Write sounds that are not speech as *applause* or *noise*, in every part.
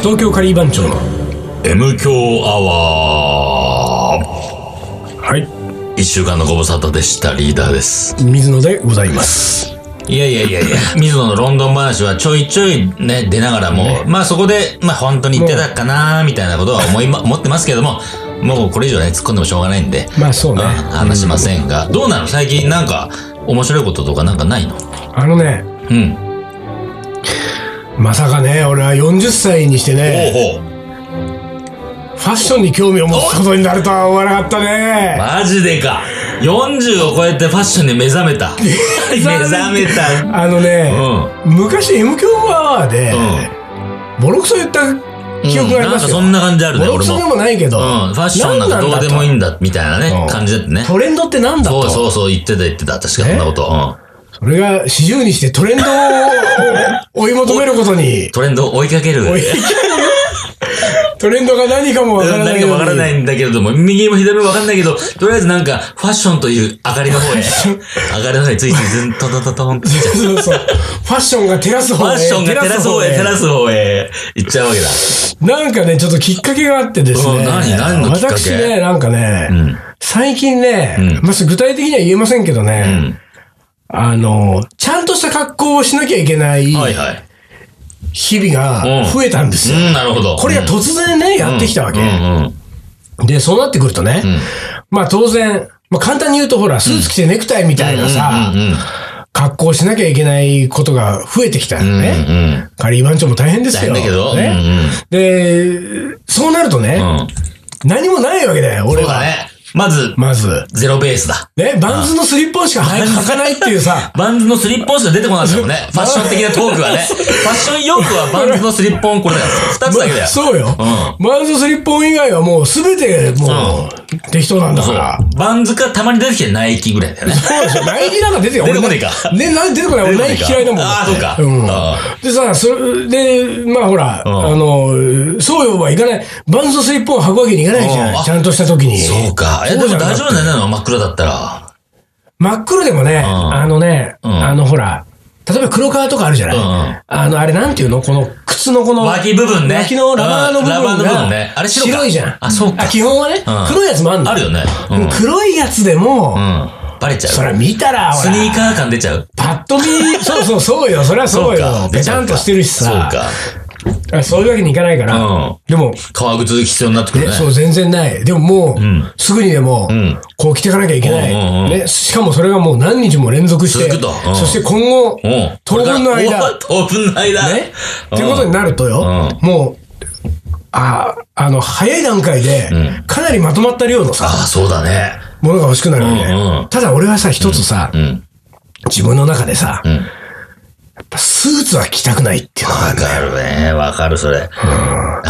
東京カリー番長の M 強アワはいー一週間のご無沙汰でしたリーダーです水野でございますいやいやいや *laughs* いや水野のロンドン話はちょいちょいね出ながらも、まあそこでまあ本当に言ってたかなーみたいなことは思い、ま、思ってますけどももうこれ以上ね突っ込んでもしょうがないんで、まあそうねうん話しませんが、どうなの最近なんか面白いこととかなんかないのあのねうんまさかね俺は40歳にしてねほうほうファッションに興味を持つことになるとは思わなかったねマジでか40を超えてファッションに目覚めた *laughs* 目覚め *laughs* たあのね、昔 M 響アワーで、うん、うんボロクソ言った記憶がありなんまかすよ、そんな感じあるボね、ロク俺ソも。でうん。もないけフど、ァッションなんかどうでもいいんだ、みたいなうんね、感じだってね。トレンドってなんだとそうそうそう、言ってた言ってた。確かそんなこと。うんそれが40にしてトレンドを追い求めること *laughs* に、トレンドを追いかける。 *laughs* 追いトレンドが何かもわからな何いかように。わからないんだけれども、右も左もわかんないけど、とりあえずなんか、ファッションという明かりの方へ、明かりの方へついついずんととととんって行っちゃうそうそう。ファッションが照らすフ方ァへ。ッションが照らす方へ、照らすす方へ、行っちゃうわけだ。方へ。なんかね、ちょっときっかけがあってですうんね。何何のきっかけ私ね、なんかね、ん最近ね、うんまあ、具体的には言えませんけどうね、ん。あの、ちゃんとした格好をしなきゃいけないはいはい。日々が増えたんですうよ。ん、なるほど。これが突然ね、やってきたわけ。うんうん。で、そうなってくるとね、んまあ当然、まあ簡単に言うとほら、スーツ着てネクタイみたいなさ、うんうん格好をしなきゃいけないことが増えてきたうよん。ね。うんうん。カリー番長も大変です大よ。変だけど、うんねで、そうなるとね、うん。うん。何もないわけだよ、俺そうだは。ね。まず、まず。ゼロベースだ。、ね、バンズのスリッポンしか履かないっていうさ *laughs* バンズのスリッポンしか出てこないですもんね。 *laughs* ファッション的なトークはね。ファッション用具はバンズのスリッポンこれだよ。二つだけだよ。う。そうよ。バンズのスリッポン以外はもう全てもう適当なんだそから。う。バンズかたまに出てきてナイキぐらいだよね。そうでしょ。ナイキなんか出てよ。 *laughs* 出てこねえか俺ね、なん出てこない。俺ナイキ嫌いだもん。ああ、そうか。あうん。でさ、それ、で、まあほら、んあの、そうよはいかない。バンズのスリッポンを履くわけにいかないじうんゃあん。ちゃんとした時に。そうか。え、そでもうじゃん大丈夫なんだよ、真っ黒だったら。真っ黒でもね、んあのね、うんあのほら、例えば黒革とかあるじゃない、うんうんあの、あれなんていうのこの靴のこの。脇部分ね脇のラバーの部うんラバー分の部が分ねあれ白かいじゃん。あそうか基本はね、黒いやつもあるの。あるよね。うでん。うもん。黒いやつでも、バレちゃう。それ見たら、ほスらニーカー感出ちゃう。パッと見、そうそうそうよ、そりゃそうよ。出ぺちちゃゃうんかとしてるしさ。そうか。あそういうわけにいかないから。うんでも、革靴必要になってくるね。そう、全然ない。でももう、んすぐにでも、んこう着ていかなきゃいけない、うんうんうんね。しかもそれがもう何日も連続して、続くとうんそして今後、うん。当分の間、ね。当分の間。っていうことになるとよ、うもう、ああの、早い段階で、かなりまとまった量のさ、ああ、そうだね。ものが欲しくなるよね。うんうんただ俺はさ、一つさ、うん。自分の中でさ、うん。やっぱスーツは着たくないっていうのがあわるね。かるね。わかる、それ。な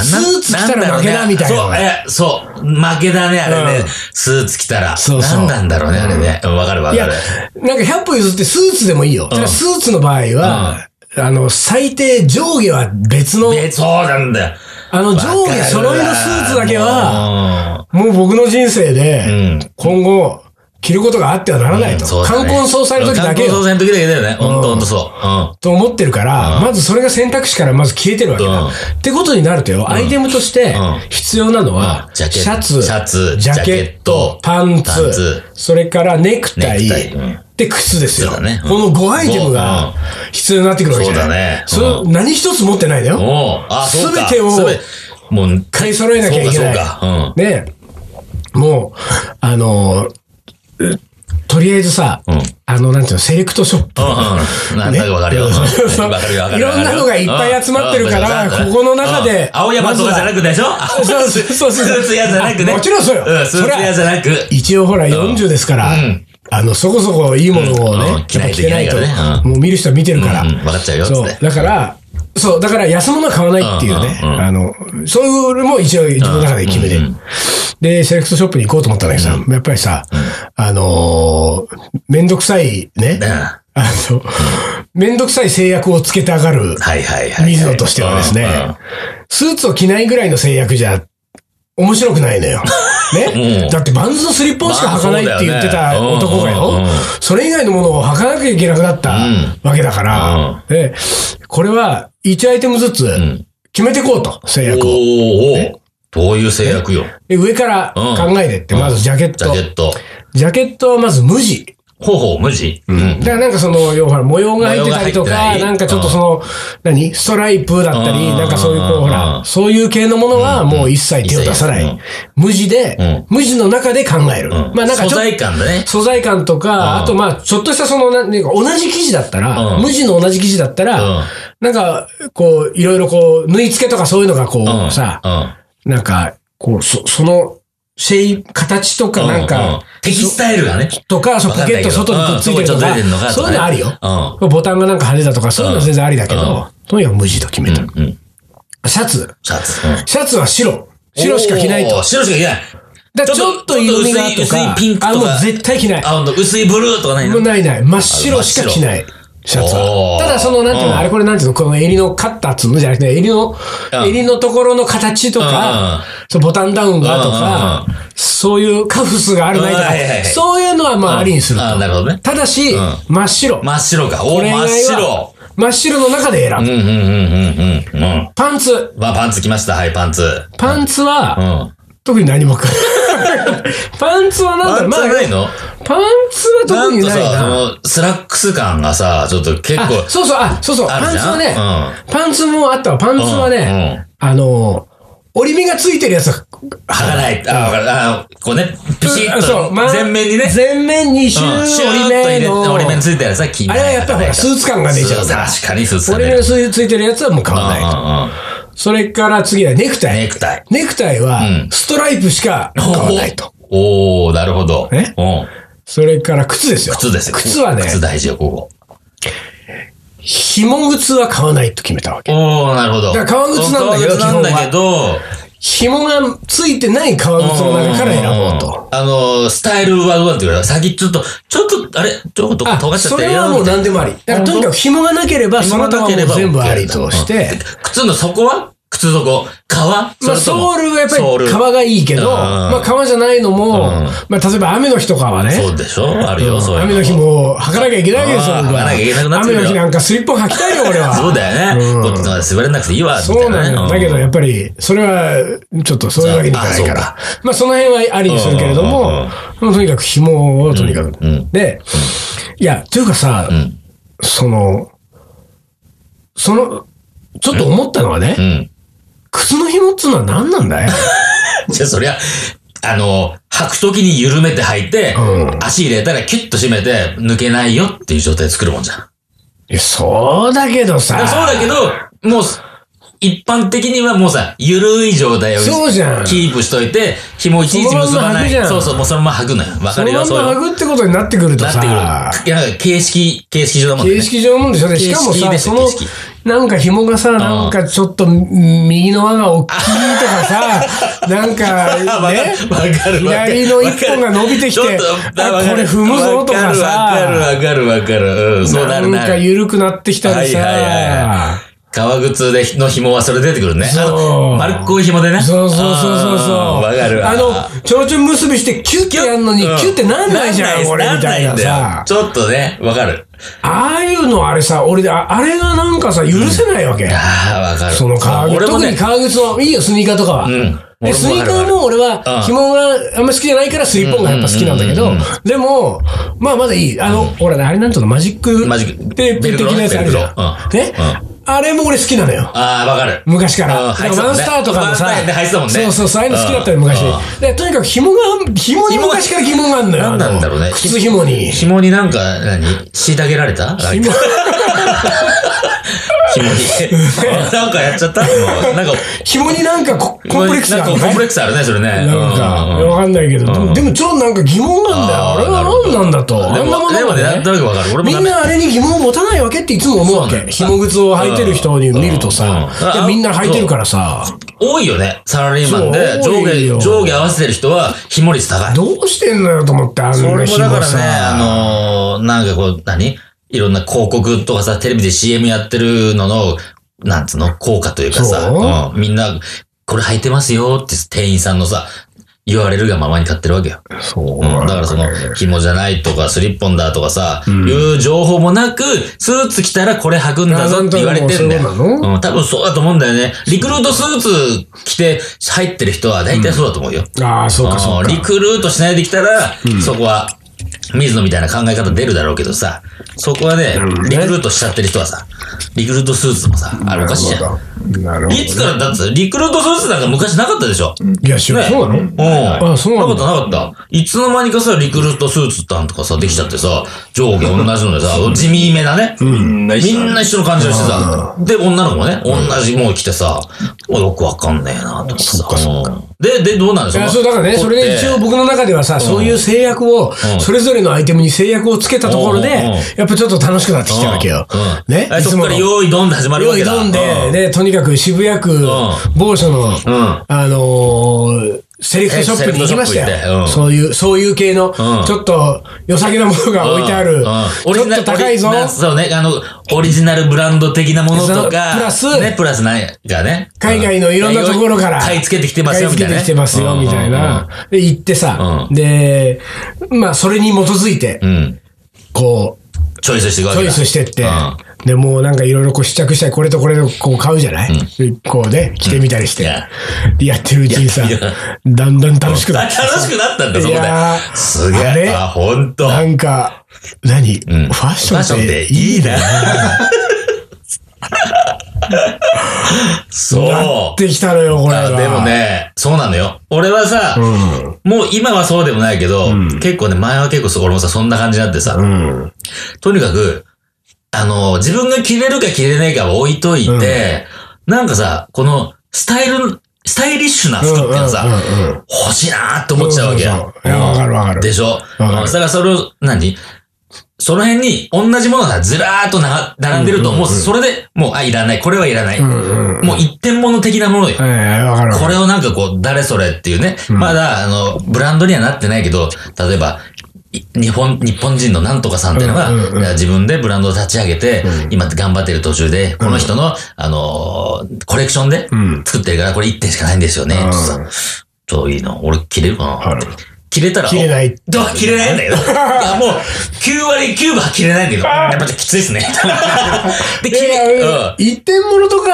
スーツ着たら負けだみたいなそうえ、そう。負けだね、あれうねん。スーツ着たら。そうそう何なんだろうね、あれね。わかるわいかやる。、なんか100歩譲ってスーツでもいいよ。ただスーツの場合は、あの、最低上下は別の、え、そうなんだよ。あの上わかる下わ揃いのスーツだけは、、ももう僕の人生ううで、ん。今後、着ることがあってはならないと。そうだね冠婚葬祭の時だけ冠婚葬よ祭の時だけだよね。ほんとほんとそう。と思ってるから、まずそれが選択肢からまず消えてるわけだ。うんってことになるとよ、アイテムとしてうん必要なのはうん、シジャケットャツ、シャツジャケット、パンパンツツ、それからネクタイネクタイうん、で、靴ですよ。そうこだねうんの5アイテムが必要になってくるわけじゃないそうだねうんそれ何一つ持ってないだうん。よ。おうあ、そうか。全てを全もう、買い揃えなきゃいけない。そうか、そうか。うん。ねもう、あの、うとりあえずさうん、あの、なんていうの、セレクトショップうんうん。なんねだかわかるよ。そうわかるよ、わかるよ。 *laughs* いろんなのがいっぱい集まってるからうんうんここの中でうん青山とかじゃなくでしょそうそうそうスーツ屋じゃなくね。あもちろんそうよんスーツ屋じゃなく。一応ほら40ですから、うんあの、そこそこいいものをね、うんうんやっぱ着ないと着いけてなないいかと、らねもう見る人は見てるから。うんうんわかっちゃうよそつっう、てだから、そう、だから安物は買わないっていうね、うんうんうんあの、そういうのも一応自分の中で決めて、うんうんうんで、セレクトショップに行こうと思ったんだけどさ、やっぱりさ、あのーめんどくさいね、うんあの、めんどくさい制約をつけたがるはいはいはい。水野としてはですね、スーツを着ないぐらいの制約じゃ、面白くないのよ。ね、 *laughs* うんだってバンズのスリッポンしか履かないって言ってまあたそうだよね男がよ、うんうんうんそれ以外のものを履かなきゃいけなくなったうんわけだから、でこれは1アイテムずつん着決めていこうと、制おー約を。おーどういう制約よ。で、上から考えてって、うんまずジャケッジトャケ。ット。ジャケットはまず無地。ほうほう、無地うだん。からなんかその、要は模様が入ってたりと模様が入っか、てたりなんかちょっとその、何ストライプだったり、うんなんかそういうこう、ほうら、んそういう系のものはもう一切手を出さなうんい。無地うでん、無地の中で考える。うんまあなんかち素ょっと材感だね。素材感とか、うんあとまあ、ちょっとしたその、なんていうか、同じ生地だったら、うん無地の同じ生地だったうんら、なんか、こう、いろいろこう、縫い付けとかそういうのがこうん。う、さ、うなんか、こう、そ、その、シェイプ、形とかん。なんううか、テキスタイルがね。とか、そのポケットわか外んにないけどくっついてるとうかんそうちょっと出てんのかとか、ねそういうのあるよ。うボタンがなんか跳ねたとか、そういうのは全然ありだけうんど、とにかく無地と決めた。ん。うん。シャツ。シャツ。うんシャツは白。白しか着ないとおー。白しか着ない。だからちょっと色味がとちょっと薄いか薄いピンク、とかあ、もう絶対着ない。あ、ほんと、薄いブルーとかないものうないない。真っ白しか着ない。シャツはお。ーただその、なんていううんの、あれこれなんていうの、この襟のカッターっつうのじゃなくて、襟の、うん襟のところの形とうんか、そうボタンダウンがとかう、そういうカフスがあるないとうんはいはいはいか、そういうのはまあありにすると。あ、なるほどね。ただし、うん真っ白。真っ白か。おこーれ以真っ外白は。真っ白の中で選うんぶ。うんうんうんうんうん。パンツ。まあ、パンツ来ました。はい、パンツ。パンツうは、ん。特に何もか。 *laughs* パンツはなんだろう、パンまツあは、ないのパンツはな特んにとないな。さ、その、スラックス感がさ、ちょっと結あ構、そうそう、あ、そうそう、あパるンじツゃはんね、パンツもあったわ。パンツはね、あの、折り目がついてるやつは、はがない。あ、わかる。あ、こうね、ピシッそう、と、まあ全面にね。全面にシュうんシュー折りーッと入目れて、の、折り目に折ついてるやつは気にならないあれはやっぱほらスーツ感が出ちゃうからスーツ確かにスーツ感り出目るのついてるやつはもう買わない。うそれから次はネクタんうんうん。ネイ。クタイ。ネクタイはうん、ストライプしか買わないと。おおなるほど。ねうんそれから靴ですよ。靴ですよ。靴はね、靴大事よ、ここ。紐靴は買わないと決めたわけ。おおなるほど。だから革靴なんだけど革靴なんだけど、紐がついてない革靴の中から選ぼうと。あの、スタイルはどうなんていうか、先ちょっと、ちょっと、あれ、ちょっと尖あっちゃっそてるれはもう何でもあり。だからとにかく紐がなければ、その他はもう全部ありとして、靴の底は靴底。革まあ、ソールはやっぱり革がいいけど、うんまあ、革じゃないのも、まあ、例えば雨の日とかはね、そうでしょあるよ、そういう。雨の日。も履かなきゃいけないわけですよ、あー僕は履かなきゃいけなくなってく雨るよの日なんかスリッパ履きたいよ、俺は。そうだよね。こっちの滑らなくていいわ、みたいな。そうなんだ。だけど、やっぱり、それは、ちょっとそういうわけにいかないかあら。まあ、その辺はありにするけれどうんうんうんも、もうとにかく紐をとにかくうんうん。で、いや、というかさん、その、その、ちょっと思ったのはねう、ん。靴の紐っつうのは何なんだよ。じゃあそりゃ、あの、履くときに緩めて履いて、うん足入れたらキュッと締めて抜けないよっていう状態作るもんじゃん。いやそうだけどでもそうさ、だけど、もう、一般的にはもうさ、緩い状態をそうじゃんキープしといて、紐いちいち結ばなそのまんま履くい。じゃんそうそう、もうそのまま履くのよ。わそのかるまよ、んそうまよ。履くってことになってくるとなってさ、くる。いや、なんか形式、形式上だもんね。形式上のもんでしょでしかも形式さ、ですそよの形式、なんか紐がさ、なんかちょっと右の輪が大きいとか *laughs* さ、なんあ *laughs* わか、かるね、わかるわかる。左の一本が伸びてきてちょっとあわかるこれ踏むぞとかさわかるわかるわかる。うん、そうななるんなかる。緩くなってきたりはいはいさ、革靴での紐はそれ出てくるね。あそうの、丸っこい紐でね。そうそうそうそうそう。あーわかるわ。あの、ちょろちょろ結びしてキュッてやんのに、キうュッてなんないじゃん、です俺みたいんなんだよさ。ちょっとね、わかる。ああいうのあれさ、俺、ああれがなんかさ、許せないわけ。ああ、わかる。その革靴、俺も特にね、革靴の、いいよ、スニーカーとかは。んで、スニーカ俺ーもも俺はうん、紐があんま好きじゃないから、スリッポンがやっぱ好きなんだけうどんうんうん、でも、まあまだいい。あの、ほらね、あれなんとのマジックマジックテープ的なやつあるじゃんベ。ルねトのうんあれも俺好きなのよ。ああ、わかる。昔から。うだんから入ってたワもんンねスターとかのさワンスターで入ってたもんねそうそう、そういうの好きだったよ、うん昔うん。でとにかく紐が、紐に昔から紐があんのよ。何なんだろうねあの靴紐に。紐になんか、何虐げられた紐紐 *laughs* に。なんかやっちゃったもうなんか、紐になんかココンプレックスがあるなのんかコンねプレックスあるね、それね。なんか、うんわかんないけど、でもでもちょっとなんか疑問なんだよ。ああーれなるほはど何なんだと。であんなもも、のでもね、ななんんとだなねくわかる。俺もみダんメ。なあれに疑問を持たないわけっていつも思うわそうなけ。んだ紐靴を履いてる人に見るとさうんうん、いやみんな履いてるからさ、多いよね、サラリーマンで。そう上多いよ下、上下合わせてる人は、紐率高い。どうしてんのよと思って、あんな俺もだ紐からね、さ。あのーなんかこう、何いろんな広告とかさ、テレビで CM やってるのの、なんつうの、効果というかさ、そううんみんな、これ履いてますよって店員さんのさ、言われるがままに買ってるわけよ。そう、うん、だからその、紐じゃないとか、スリッポンだとかさ、いう情報もなく、スーツ着たらこれ履くんだぞって言われてんだよ。あなんとなくもうそうなのうん、多分そうだと思うんだよね。リクルートスーツ着て入ってる人は大体そうだと思うよ。ああ、そうか、そううんか。リクルートしないできたら、そこは、水野みたいな考え方出るだろうけどさ、そこはねるほど、ねリクルートしちゃってる人はさ、リクルートスーツもさ、あれおかしいじゃん。なるほど。いつからだって、リクルートスーツなんか昔なかったでしょ。いや、しねそうなのうん。あそうなんだなかった、なかった。いつの間にかさ、リクルートスーツなんとかさ、できちゃってさ、上下同じのでさ、地味めなね。みんなみ一緒んな一緒の感じをしてさ、で、女の子もね、同じもの着てさ、よくわかんねえなと思ってさ。うんで、で、どうなんですいやかそうだからね、それで一応僕の中ではさ、そういう制約を、それぞれのアイテムに制約をつけたところでうんうんうん、やっぱちょっと楽しくなってきたわけよ。うんねえ。いつそもこのから用意ドンで始まるわ用け意だ。どんで、で、とにかく渋谷区、某所の、んあのーセレクトショップに行きましたえセレクトショよ。ップ行ってうんそういう、そういう系の、んちょっと良さげなものが置いてあうんる、うんちオリょジっナルと高いぞオリ。なそうね、あの、オリジナルブランド的なものとか、プラスね、プラスなんかね。海外のいろんなところから。買い付けてきてますよ、みたいなね。買い付けてきてますよ、みたいな。で、行ってさ、で、まあ、それに基づいてう、ん。うんうん。こう、チョイスしていくわチけョだイスしてってうん、で、もうなんかいろいろこう試着したり、これとこれをこう買うじゃないこうね、着てみたりしていや。でやってるうちにさいや、だんだん楽しくなっ *laughs* 楽て。しくなったんだ、そいこですやー。すげあえ。れあ、ほんと。なんか、何ファッションっていいな。そう。なってきたのよ、これあが。でも。ね、そうなのよ。俺はさ、もう今はそうでもないけど、結構ね、前は結構そこもさ、そんな感じになってさ、うん。とにかく、あの、自分が着れるか着れないかは置いといて、なんかさ、この、スタイル、スタイリッシュな服っていうのはさ、うんうんうん欲しいなーって思っちゃうわけや。そうそうそういやわかるわかるでしょかるうんだからそれを、何その辺に同じものがずらーっとな並んでると、もうそれで、もう、あ、いらない、これはいらない。んもう一点物的なものよ。ええ、わかるわかこる。れをなんかこう、誰それっていうね、まだ、あの、ブランドにはなってないけど、例えば、い日本、日本人のなんとかさんっていうのが、うんうんうんいや自分でブランドを立ち上げて、今頑張ってる途中で、この人の、あのーコレクションでん作ってるから、これ1点しかないんですよね、うんとさ、ちょ、いいの俺着れるかなってうん着れたら、着れないどう着れないんだ *laughs* けど。いやもう、9割9分は着れないんだけど、やっぱちょっときついで *laughs* すね。で、着いやれ、いうんや。一点物とか、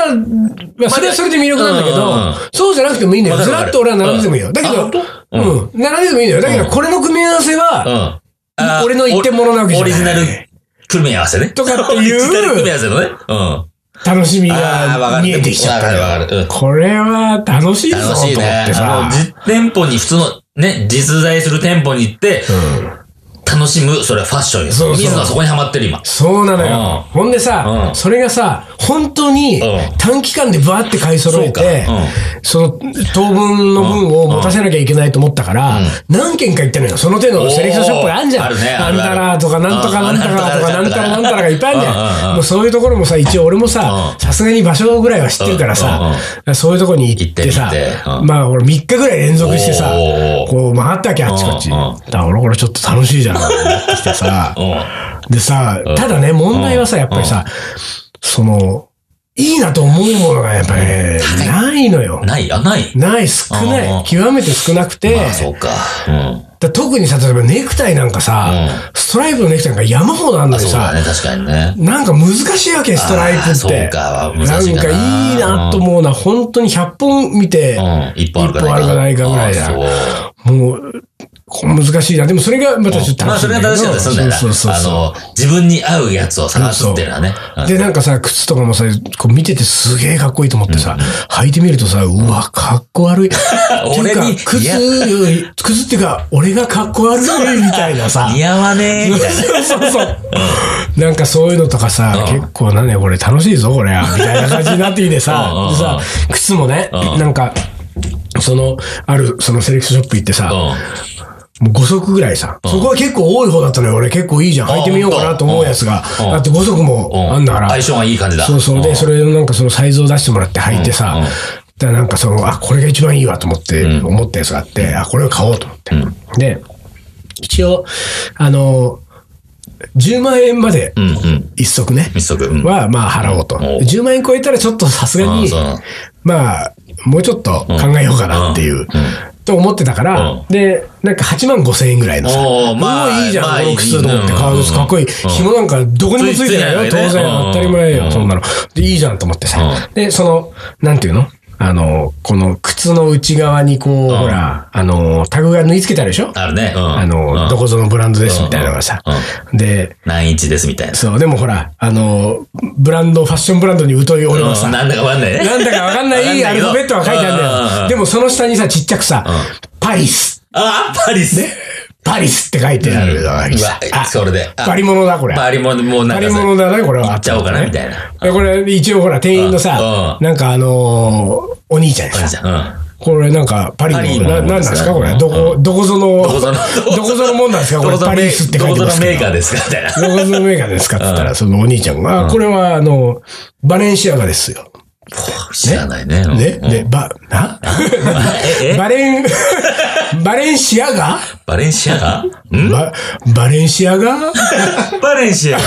まあ、それはそれで魅力なんだけうんうんうんど、そうじゃなくてもいいんだよ。わかずるわからっると俺は並べてもいいよ。だけあど本、当うんうん。並べてもいいんだよ。だけど、これの組み合わせは、うんあー俺の一点物なわけじゃないオリジナル組み合わせね。とかっていうオリジナル組み合わせのね。うん。楽しみあーわかがる見えてきちゃったよ。わかるわかるうんこれは楽しいぞ、と楽思っしいねて。あさの、。実店舗に普通の、ね、実在する店舗に行って、楽しむ、それはファッションよ。そうそう水野はそこにハマってる今。そうなのよ。うんほんでさ、うんそれがさ、本当にうん短期間でバーって買い揃えて、その当分の分を持たせなきゃいけないと思ったから、何軒か行ったのよ。その程度のセレクトショップがあんじゃん。おーあるねなあんるあたるらとか、なんとかうなんんたらとか、なあるあんるたらあなるんたらがいっぱいあんじうんうんゃ。うんんもうそういうところもさ、一応俺もさう、んさすがに場所ぐらいは知ってるからうんうんさうん、そういうとこに行ってさ行って行って、うんまあ俺3日ぐらい連続してさおーおーお、ーこう回ったわけあっちこっち。うだんうんから俺これちょっと楽しいじゃん。ってきてさ、 *laughs* うん。うん。でさ、ただね、問題はさ、やっぱりさ、その、いいなと思うものがやっぱりねないのよ。ないあ、ない。ない、少うんなうい。ん極めて少なくて、まあ、そうか。うん。だ特にさ、例えばネクタイなんかさう、ストライプのネクタイなんか山ほどあんのにそうださ、ね、確かにね。なんか難しいわけ、ストライプあーっそうて。かな難しんいかかないいなと思うな、本当に100本見てう、ん。一本あるか一本あるかなないいかか。ぐらいだあーそう。もう、こう難しいな。でもそれがまたちょっとまあ、楽しいそんれだはけど正しかったりするんだよな。そうそうそう。あの、自分に合うやつを探すっていうのはね。うんで、なんかさ、靴とかもさ、こう見ててすげえかっこいいと思ってさ、履いてみるとさ、うわ、かっこ悪い。 *laughs* 俺にっていうか靴より、靴っていうか、俺がかっこ悪いみたいなさ。似合わねえ、みたいな。そうそうそう。なんかそういうのとかさ、うん結構なね、これ楽しいぞ、これは。みたいな感じになってきてうんうんさう、でんさ、靴もね、うんなんか、その、ある、そのセレクトショップ行ってさ、うん。もう5足ぐらいさ、そこは結構多い方だったのよ。俺結構いいじゃん。履いてみようかなと思うやつが。うんだって5足もあんだから。相性がいい感じだ。そうそう。で、それのなんかそのサイズを出してもらって履いてさ、うんうんでなんかその、あ、これが一番いいわと思って、思ったやつがあって、あ、これを買おうと思って。で、一応、あの、10万円までうんうん。一足ね、一足うんはまあ払おうと。おう10万円超えたらちょっとさすがうにんそう、まあ、もうちょっと考えようかなっていう。と思ってたから、うんで、なんか8万5千円ぐらいのさ、おーまあもういいじゃん、まあこの靴と思って、うん革靴かっこいい、うん紐なんかどこにもついてないよ、つ当いてないよね然、うん当たり前うよ、んそんなの。で、いいじゃんと思ってさ、うで、その、なんていうのあの、この靴の内側にこう、んほら、あの、タグが縫い付けてあるでしょあるね。うん。あの、どこぞのブランドですみたいなのがさうんうん。で、何インチですみたいな。そう、でもほら、あの、ブランド、ファッションブランドに疎い俺はうさん、なんだかわかんないね。なんだかわかんなわかんいないアけルどファベットが書いてあうんうんるんうだんよ。でもその下にさ、ちっちゃくさ、パリス、 *laughs* あ、パリス。パリスって書いてあるうんだからさうわそれであバリモノだ、これ。パリも、もうなバんリかさモノだね、これは。行っちゃおうかなみたいなでこれ、一応ほら、店員のさう、んなんかあのー、お兄ちゃんにあさじ、ゃあこれなんか、パリパリの、のな、なんなんですかこれ。どこ、どこぞの、 *laughs* どこぞのこぞのもんなんですうかん。こどれ、こぞのパメリスって書いてますけどーカーですかみ *laughs* たいな。どこぞのメーカーですかって言ったら、そのお兄ちゃんが、あこれはあの、バレンシアガですよ。知らないね。うんね、で、ば、なえ、え *laughs* バレン、バレンシアガバレンシアガんバ、バレンシアガ *laughs* バレンシア *laughs* ガ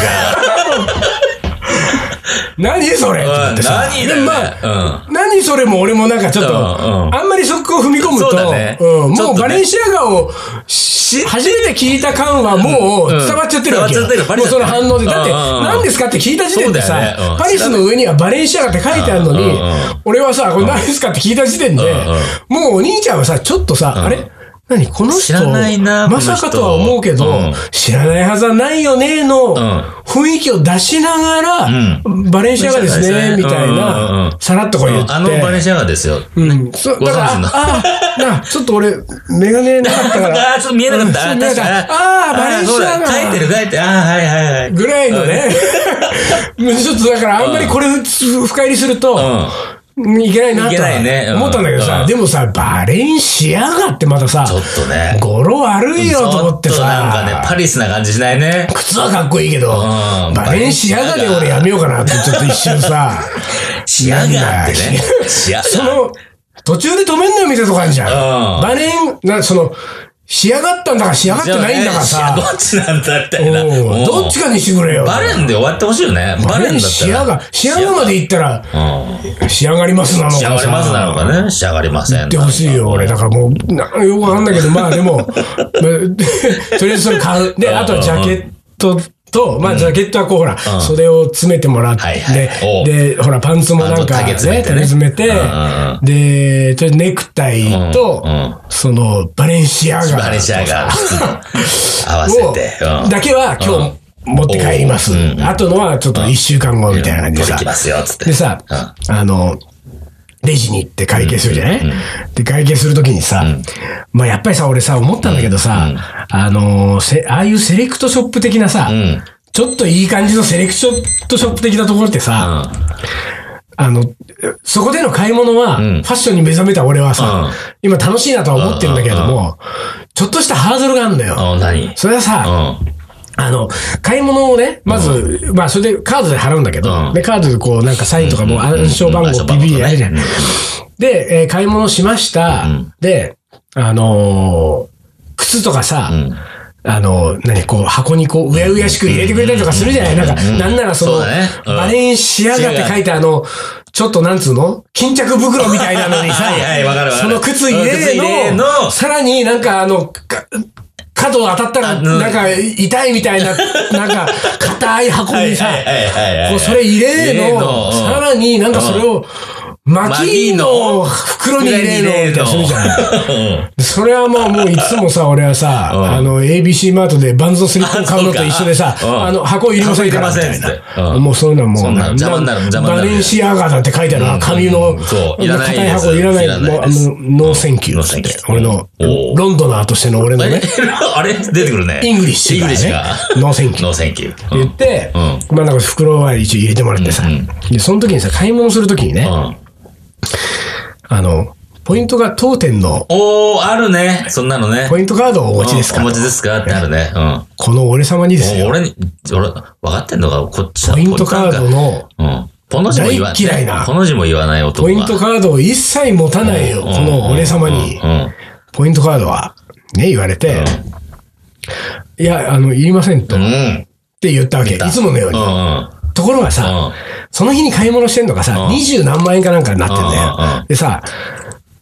何それってなってさ。何だでよまあね。何それも俺もなんかちょっと、うんうんあんまりそこを踏み込むと、そうだねうんちょもっとうねバレンシアガをし初めて聞いた感はもううん伝わっちゃってるわけよ。伝わっちゃってるもうその反応で。バだって、レちゃってるうんうんうん何ですかって聞いた時点でそうさだ、よねうんパリスの上にはバレンシアガって書いてあるのに、うんうんうん俺はさ、これ何ですかって聞いた時点で、んうんもうお兄ちゃんはさ、ちょっとさ、あれ何この人知らないなまさかとは思うけど、この人うん知らないはずはないよねの、ん雰囲気を出しながら、バレンシアガですバレンシアガですね、ねみたいうんうんう、なんさらっとこう言って。あのバレンシアガですよ。うん。そう、だから、ご存知のああ、なあ、ちょっと俺、メガネなかったか *laughs* あら。あ、ちょっと見えなかっうんた。そあうー見えな確かっかに。たあーバレンシアガあーそうだ書いてる、書いてる。ああ、はいはいはい。ぐらいのね。 *laughs* ちょっとだから、あんまりこれ、深入りすると、うんいけないなといけないねうはん思ったんだけどうさ、んでもさ、バレンシアガってまたさちょっとね、語呂悪いよと思ってちょっとなんかね、さ、パリスな感じしないね。靴はかっこいいけど、んバレンシアガで俺やめようかなって、ちょっと一瞬さ、 *laughs* シアガってね。シアガ。その、途中で止めんのよ、みたいなとこあるじゃ。うんんバレン、な、その、仕上がったんだか仕上がってないんだかじさ。ゃあねシアどっちなんだみたいな。おうどっちかにしてくれよ。バレンで終わってほしいよね。バレンだったら。仕上が、仕上がまで行ったら、うん。仕上がりますなのかさ。仕上がりますなのかね。仕上がりません。ってほしいよ、俺。だからもう、なよくわかんないけど、まあで *laughs* も、まあ *laughs* とりあえずそれ買う。で、あとはジャケットと、まあジャケットはこう、ほら、袖を詰めてもらってはいはい、で、でほら、パンツもなんか、パンツね、竹詰めてね竹詰めてうんうんう、で、とりあえずネクタイとうんうん、その、バレンシアガバレンシアガ *laughs* 合わせて。を、だけは今日持って帰りますうんう。んあとのはちょっと一週間後みたいな感じで取さり。きますよ、つって。でさ、あの、レジに行って会計するじゃない、で、会計するときにさ、まあやっぱりさ、俺さ、思ったんだけどさ、あの、せああいうセレクトショップ的なさ、んちょっといい感じのセレクトショップ的なところってさ、あの、そこでの買い物は、んファッションに目覚めた俺はさ、うん今楽しいなとは思ってるんだけれども、ちょっとしたハードルがあるんだよ。うん。何それはさ、うあの、買い物をね、まず、まあ、それでカードで払うんだけど、うんで、カードでこう、なんかサインとかもうんうんうん暗証番号暗証番号 BB ねあるじゃん。で、えー買い物しました。で、あのー靴とかさ、あのー、何、こう、箱にこう、うやうやしく入れてくれたりとかするじゃないなんか、なんならその、そうだねうんバレンシアガって書いてあの、ちょっとなんつうの巾着袋みたいなのにさ、 *laughs* はいはいわかるわかそるの靴入うん靴入れれの、のさらになんかあの、か角当たったら、あうんなんか痛いみたいな、なんか硬い箱にさはいはいはいはいは、いこうそれ入れ入れのの、うんさらになんかそれを、巻きの袋に入れのみたいなするじゃん。ん。それはまあもういつもさ、俺はさ、うんあの、ABC マートでバンズのスリップを買うのと一緒でさ、あそうかうんあの、箱いりませんからみたい箱いりませんっな。てうんもうそういうのはもう、そんなの邪魔になる邪魔になバるレンシアガなんて書いてあるうな、ん紙の、うんそういらない硬いです箱いらない。いらないもう、あですの、ノーセンキュノーーセンキュー俺の、おーロンドナーとしての俺のね、あれ出てくるね。イングリッシュインがグねリッシュが。ノーセンキューノーセンキュー。言って、まあなんか袋は一応入れてもらってさ、で、その時にさ、買い物する時にね、うん。あの、ポイントが当店のおー、あるね。そんなのね。ポイントカードをお持おちですかお持ちですかってあるね。うん。この俺様にですもうよ、俺に、俺、分かってんのか、こっちのポイントカードの、うん。ポの字も言わ大嫌いなポの字も言わない男ポが。イントカードを一切持たないよ、この俺様にう。ん。うんポイントカードは、ね、言われて、いや、あの、いりませんと、うっん。て言ったわけ。いつものよううに。ん。ところがさ、その日に買い物してんのがさ、二十何万円かなんかになってんだうんうんうよ。でさ、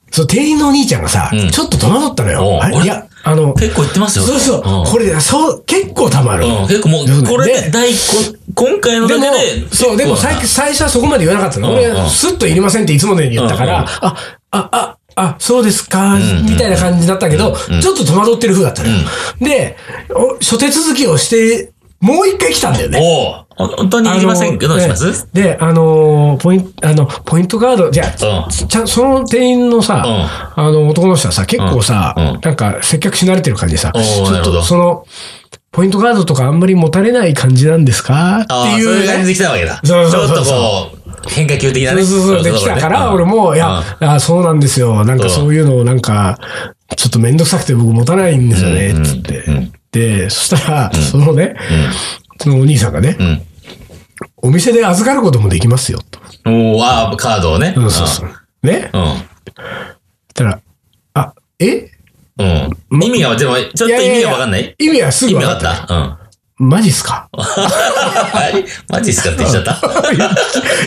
そう、店員のお兄ちゃんがさ、うんちょっと戸惑ったのおよ。うあれあれいや、あの、結構言ってますよ。そうそう、んこれ、そう、結構たまる。うん、結構もうそう、ねこれでで、第一、こ今回のでだもけで、、そう、でも最最初はそこまで言わなかったの。うん俺うん、スッといりませんっていつものように言ったかうんうら、んあ、あ、あ、あ、そうですかんうん、みたいな感じだったけど、ちょっと戸惑ってる風だったのよ。で、お初手続きをして、もう一回来たんだよね。おうほん本当にいりませんけど、あどうのしますで、であのーポイント、あの、ポイントガード、じゃあ、うんちゃん、その店員のさ、うあの、男の人はさ、結構さ、うんうんなんか、接客し慣れてる感じでさ、おーちょなっるほどと、その、ポイントガードとかあんまり持たれない感じなんですかってああ、そういう、いうね感じで来たわけだ。そうそうそうそうちょっとこう、変化球的なそうね。そうそう。で、来たから、俺も、いや、あそうなんですよ。なんうかんそういうのを、なんか、ちょっとめんどくさくて僕持たないんですよね、うんうんつって。で、そしたら、そのね、そのお兄さんがねう、ん。お店で預かることもできますよ、と。おーあーカードをね。うん、そうそう。ねうん。たら、あ、えうん。うん。意味が、でも、ちょっと意味がわかんない意味はす意ぐ味分かわった。かったうん。マジっすかはいマジっすかって言っちゃった。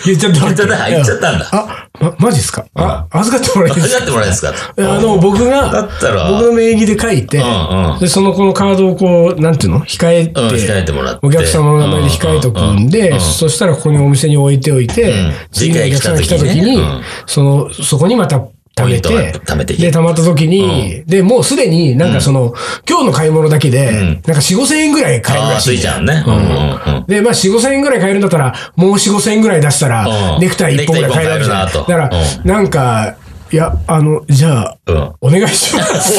言っちゃった。言っ *laughs* ちゃった言っちゃったんだあ、ま、マジっすかあ、預かってもらえます預かってもらえますかいやあの、僕だが、ったら、僕の名義で書いて、うんうんで、そのこのカードをこう、なんていうの控えて、うん、控えてもらって。お客様の名前で控えとくんで、ううそしたらここにお店に置いておいて、うん次のお客さんが来た時次回来た時にに、ねうんその、そこにまた、貯めポイてントを貯めていくで、貯まった時に、で、もうすでになんかその、今日の買い物だけで、んなんか4、5千円ぐらい買えるああ、らつしいい。ちゃうね。うんうんうん。で、まあ、4、5千円ぐらい買えるんだったら、もう4、5千円ぐらい出したら、うんネクタイ1本ぐらい買えるわけじゃんネクタイ一本だ買えるなかとら、なんか、いや、あの、じゃあ、うんお願いします。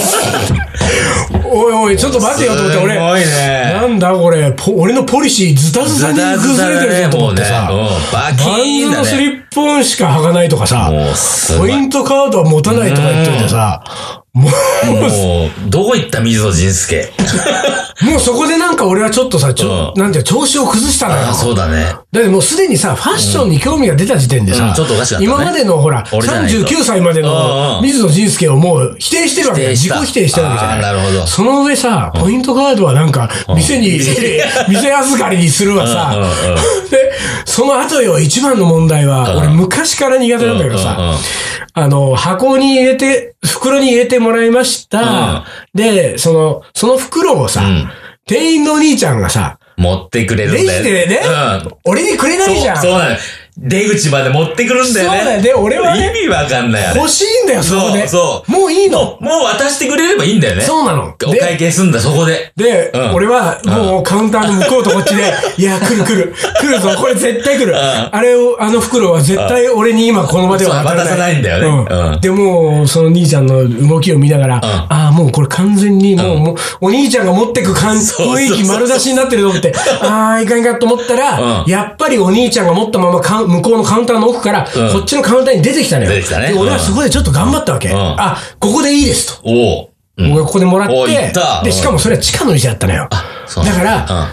おいおい、ちょっと待てよと思って、俺、すごいねなんだこれ、ポ俺のポリシーズタズタに崩れてるぞと思ってさ、ズタズタだねもうねうんバキーンだねバンズのスリップオンしか履かないとかさもうす、ごポいイントカードは持たないとか言っといてさ、もう、もう、どこ行った水野仁介。 *laughs* もうそこでなんか俺はちょっとさ、ちょ、うんなんていうの調子を崩したのよああ、。そうだね。だってもうすでにさ、ファッションに興味が出た時点でさ、うんちょっとおかしかったね今までのほら、俺じゃないと39歳までうんうのん水野仁介をもう否定してるわけだよ。否定し自た己否定してるわけじゃない。あーなるほどその上さ、ポイントカードはなんか、店に、店預かりにするわさ、うんうんで、その後よ、一番の問題は、うん俺昔から苦手なんだけどさ、うんうんうんあの、箱に入れて、袋に入れてもらいました。で、その、その袋をさ、ん店員のお兄ちゃんがさ、持ってくれるレんジだよ。でね、うん。俺にくれないじそゃ。うんそうなの。出口まで持ってくるんだよね。そうだよね俺はね意味わかんないあれ。欲しいんだよ、そこで。そうそうもういいの。もう、もう渡してくれればいいんだよね。そうなの。お会で、計すんだ、そこで。で、うん俺はもうカウンターの向こうとこっち *laughs* で、いや、来る来る。来るぞ、これ絶対来る。あれを、あの袋は絶対俺に今この場ではそう渡さないんだよねうんうんで、もう、その兄ちゃんの動きを見ながら、ああ、もうこれ完全にもう、もうお兄ちゃんが持ってく感じ、そうそうそう雰囲気丸出しになってると思 *laughs* って、ああ、いかんいかんと思ったら、うんやっぱりお兄ちゃんが持ったままカウン向こうのカウンターの奥から、うんこっちのカウンターに出てきたのよ。出てきたねで俺はそこでちょっと頑張ったわけ。んあ、ここでいいですと。おお。うん僕がここでもらっお行ったて、で、しかもそれは地下の店だったのよ。そうだから、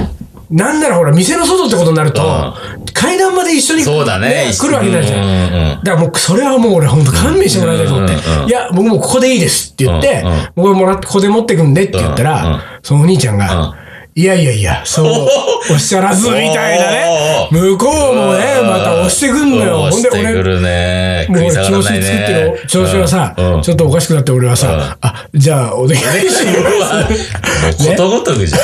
なんならほら、店の外ってことになると、階段まで一緒に、そうだね来るわけないじゃん。うんうんうんだからもう、それはもう俺ほんと勘弁してもらいたいと思って、うんうんうんうんいや、僕もうここでいいですって言って、うんうん僕がもらって、ここで持ってくんでって言ったら、うんうんそのお兄ちゃんが、うんいやいやいや、そう、おっしゃらず、みたいなね。お向こうもね、うんまた押してくんのよ。押ほんしてでく俺、るね。もう食い俺下が調ら子ないに作ってね。る、調子がさ、うんうんちょっとおかしくなって俺はさ、あ、じゃあお願いします。ことごとくじゃん。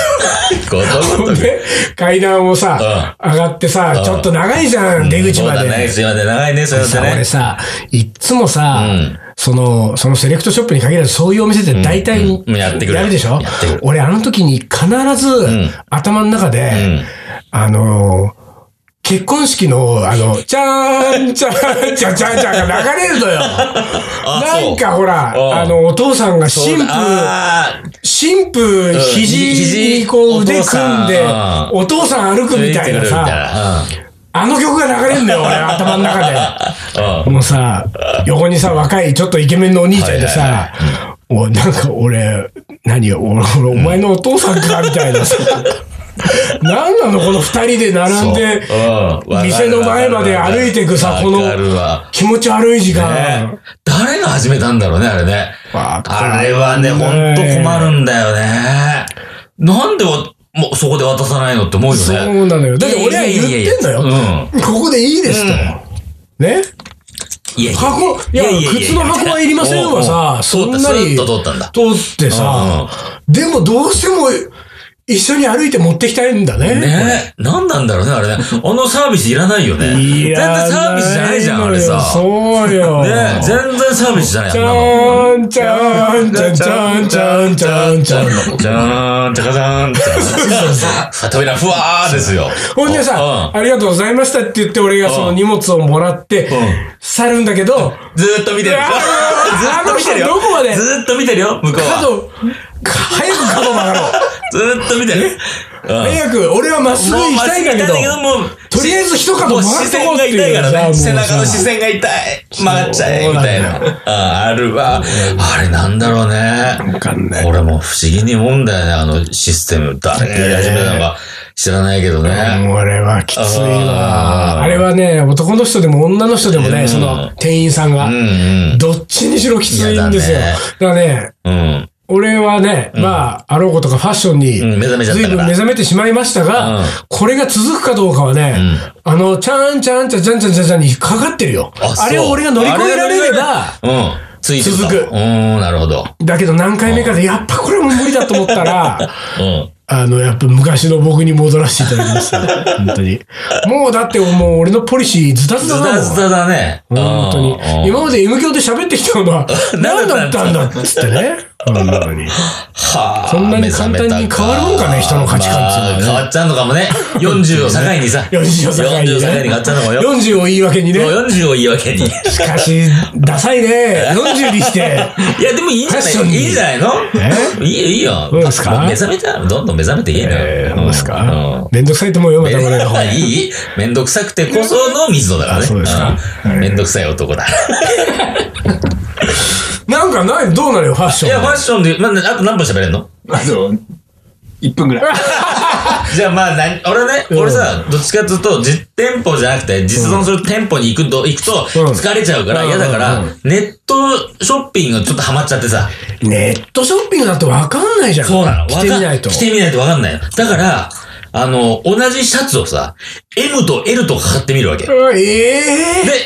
ことごほとんく。で、階段をさ、上がってさ、ちょっと長いじゃん、出口まそうだねで。出口まで長いね、それだってさ、俺ね。さ、いっつもさうん、その、そのセレクトショップに限らず、そういうお店って大体うんうんやってくれるやるでしょやってくれる俺、あの時に必ずん、頭の中でん、あのー、結婚式の、あの、ちゃーん、ちゃーん、ちゃちゃんちゃんが流れる *laughs* のよ。そうなんかほら、うんあの、お父さんがそう新だ婦、あー新婦、肘にこう腕組んで、お父さん歩くみたいなさ、あの曲が流れるんだよ、 *laughs* 俺、頭の中で。うん。もうさ、横にさ、若い、ちょっとイケメンのお兄ちゃんではいさ、おなんか俺、何お俺、お前のお父さんかみたいな *laughs* さ、何なのこの二人で並んで、うん店の前まで歩いてくさ、このわかるわ気持ち悪い時間ね。誰が始めたんだろうね、あれね。わかるあれはね、ほんと困るんだよね。なんでわ、もうそこで渡さないのって思うよね。そうなのよだって俺は言ってんのよいやいやいやいやうん。ここでいいですと。ねいやいや箱、いや、靴の箱はいりませんわさ、そそんうなだ、にスーッと通ったんだ。通ってさ、でもどうしても一緒に歩いて持ってきたいんだね。ねえ、なんなんだろうね、あれね。あのサービスいらないよね。い全然やサービスじゃないじゃん、あれさ。そうよ。ねえ、全然サービスじゃない、あちんなの。ゃんちゃんちゃんちゃんちゃんちゃんちゃん。じゃーん、じゃかじゃーん、じゃーん。扉、ふわーですよ。ほんでうんさ、ありがとうございましたって言って、俺がその荷物をもらってん、去るんだけど、ずーっと見てる。ずあーっと見てるよ。あの人どこまでずーっと見てるよ、向こうは。角、早く角曲がろう。ずーっと見てる。うん早く、俺はまっすぐ行きたいんだけど、もう、とりあえず一角もう曲が視っと線こうっがていう痛いからね。じゃ背あもうさ中の視線が痛い。曲がっちゃえ、みたいな。そうああるわ。あれなんだろうね。わかんない。俺も不思議に思うんだよね、あのシステム。誰がやり始めたのか知らないけどね。俺はきついあーわ。あれはね、男の人でも女の人でもうね、んその店員さんがうん、うん。どっちにしろきついんですよ。嫌だからだねね、うん。俺はね、まあ、あろうことかファッションに、うん目覚めちゃっずいたぶんか目ら。覚めてしまいましたが、うんこれが続くかどうかはね、あの、ちゃんちゃんちゃんちゃんちゃんちゃんちゃんにかかってるよ。あそうれを俺が乗り越えられれば、、うん。ついて続くうーん、なるほど。だけど何回目かで、やっぱこれも無理だと思った *laughs* ら、うん。あの、やっぱ昔の僕に戻らせていただきました。 *laughs* 本当に。もうだってもう俺のポリシーズタズズタタだズもん。タだね。本当うんに。今まで M 教で喋ってきたの *laughs* は何だったんだっつってね。本当に。はあそんなに簡単に変わるもんかね人の価値観っていうのはねまあ変わっちゃうのか *laughs* もね。40を境にさ。 40を境にね40を境に変わっちゃうのかもよ。 40を言い訳にね。 40を言い訳に。いしかし、ダサいね。40にして。 *laughs* や、でもいいんじゃファッないションにいいんじゃないのいいよ、いいよ。うですかも目覚めちゃう。どんどん目覚めていいのえー、よ。どうですかめんどくさいと思うよ、また俺の方うん。いいめんどくさくてこその水野だからね。あそうですかうんめんどくさい男だ。なんかない、どうなのよ、ファッシいョや、ンファは。ッションで、まあ、あと何分喋れんのあと、1分ぐらい。じゃあまあ、な俺ね、ん俺さ、どっちかっていうと、実店舗じゃなくて、実存する店舗に行くと、行くと、うん疲れちゃうからうん嫌だからうん、ネットショッピングちょっとハマっちゃってさ。ネットショッピングだとわかんないじゃん。わか着てみないと。着てみないとわかんないの。だから、あの、同じシャツをさ、M と L とか買ってみるわけ。で、うんええ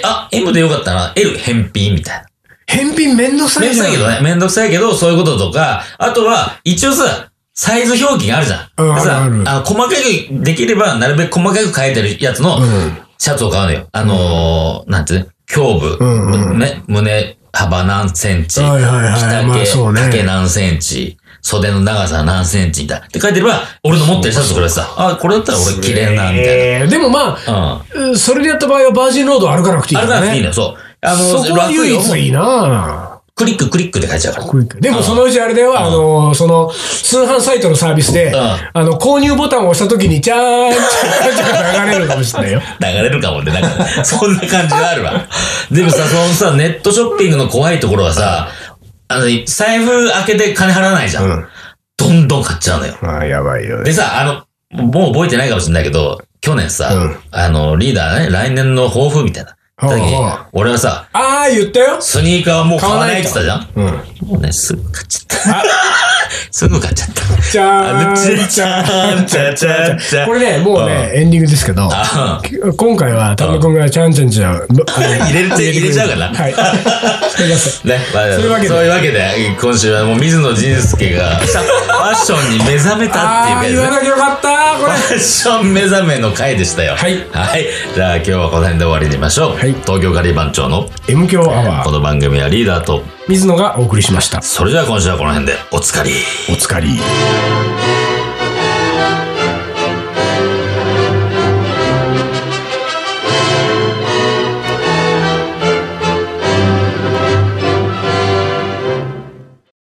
あ、M でよかったな、L 返品みたいな。返品めんどくさめんいどじゃん。くさいけどね。めんどくさいけど、そういうこととか、あとは、一応さ、サイズ表記があるじゃん。うんでさあるあるの細かく、できれば、なるべく細かく変えてるやつのん、シャツを買うのよ。あのー、なんていうの胸部、んうんね、胸幅何センチ、はいはいはい着丈、まあそうね丈何センチ、袖の長さ何センチみたいな。って書いてれば、俺の持ってるシャツとこれさ、あ、これだったら俺着れんな、みたいえーでもまな。うん。あ、それでやった場合はバージンロード歩かなくていいかあれなららいね。いのよ、そう。あの、そこは唯一いいなクリッククリックで書いちゃうから。でもそのうちあれだよ、あの、その、通販サイトのサービスで、んあの、購入ボタンを押した時に、チャーン、チャーン、チャーン流れるかもしれないよ。流れるかもね。なんか、 *laughs* そんな感じがあるわ。 *laughs* でもさ、そのさ、ネットショッピングの怖いところはさ、あの、財布開けて金払わないじゃん。うんどんどん買っちゃうのよ。 *laughs* ああ、やばいよね。でさ、あの、もう覚えてないかもしれないけど、去年さ、うんあの、リーダーね、来年の抱負みたいな。ほうほう時に俺はさ、ああ、言ったよ。スニーカーはもう買わないって言ったじゃんうん。もうね、すぐ買っちゃった。 *laughs* すぐ買っちゃった。チャーあン、の、チちャーゃン、チちャーン。ゃんちゃちゃちゃ。これね、もうね、エンディングですけど、あ、今回は、田村君がチャンチャンチャン、ぶあ *laughs* の入れるって入れちゃうかな。はい。 *laughs* すみません。ね、まあ、そういうわけでそういうわけで、今週はもう水野仁介 *laughs* がファッションに目覚めたあっあてー、いう言わねなきゃよかったこれ。ファッション目覚めの回でしたよ。はいはい。じゃあ今日はこの辺で終わりにしましょう。はい東京カリー番長の M 強アワこー、の番組はリーダーと、水野がお送りしました。それでは今週はこの辺でおつかり。お疲れ。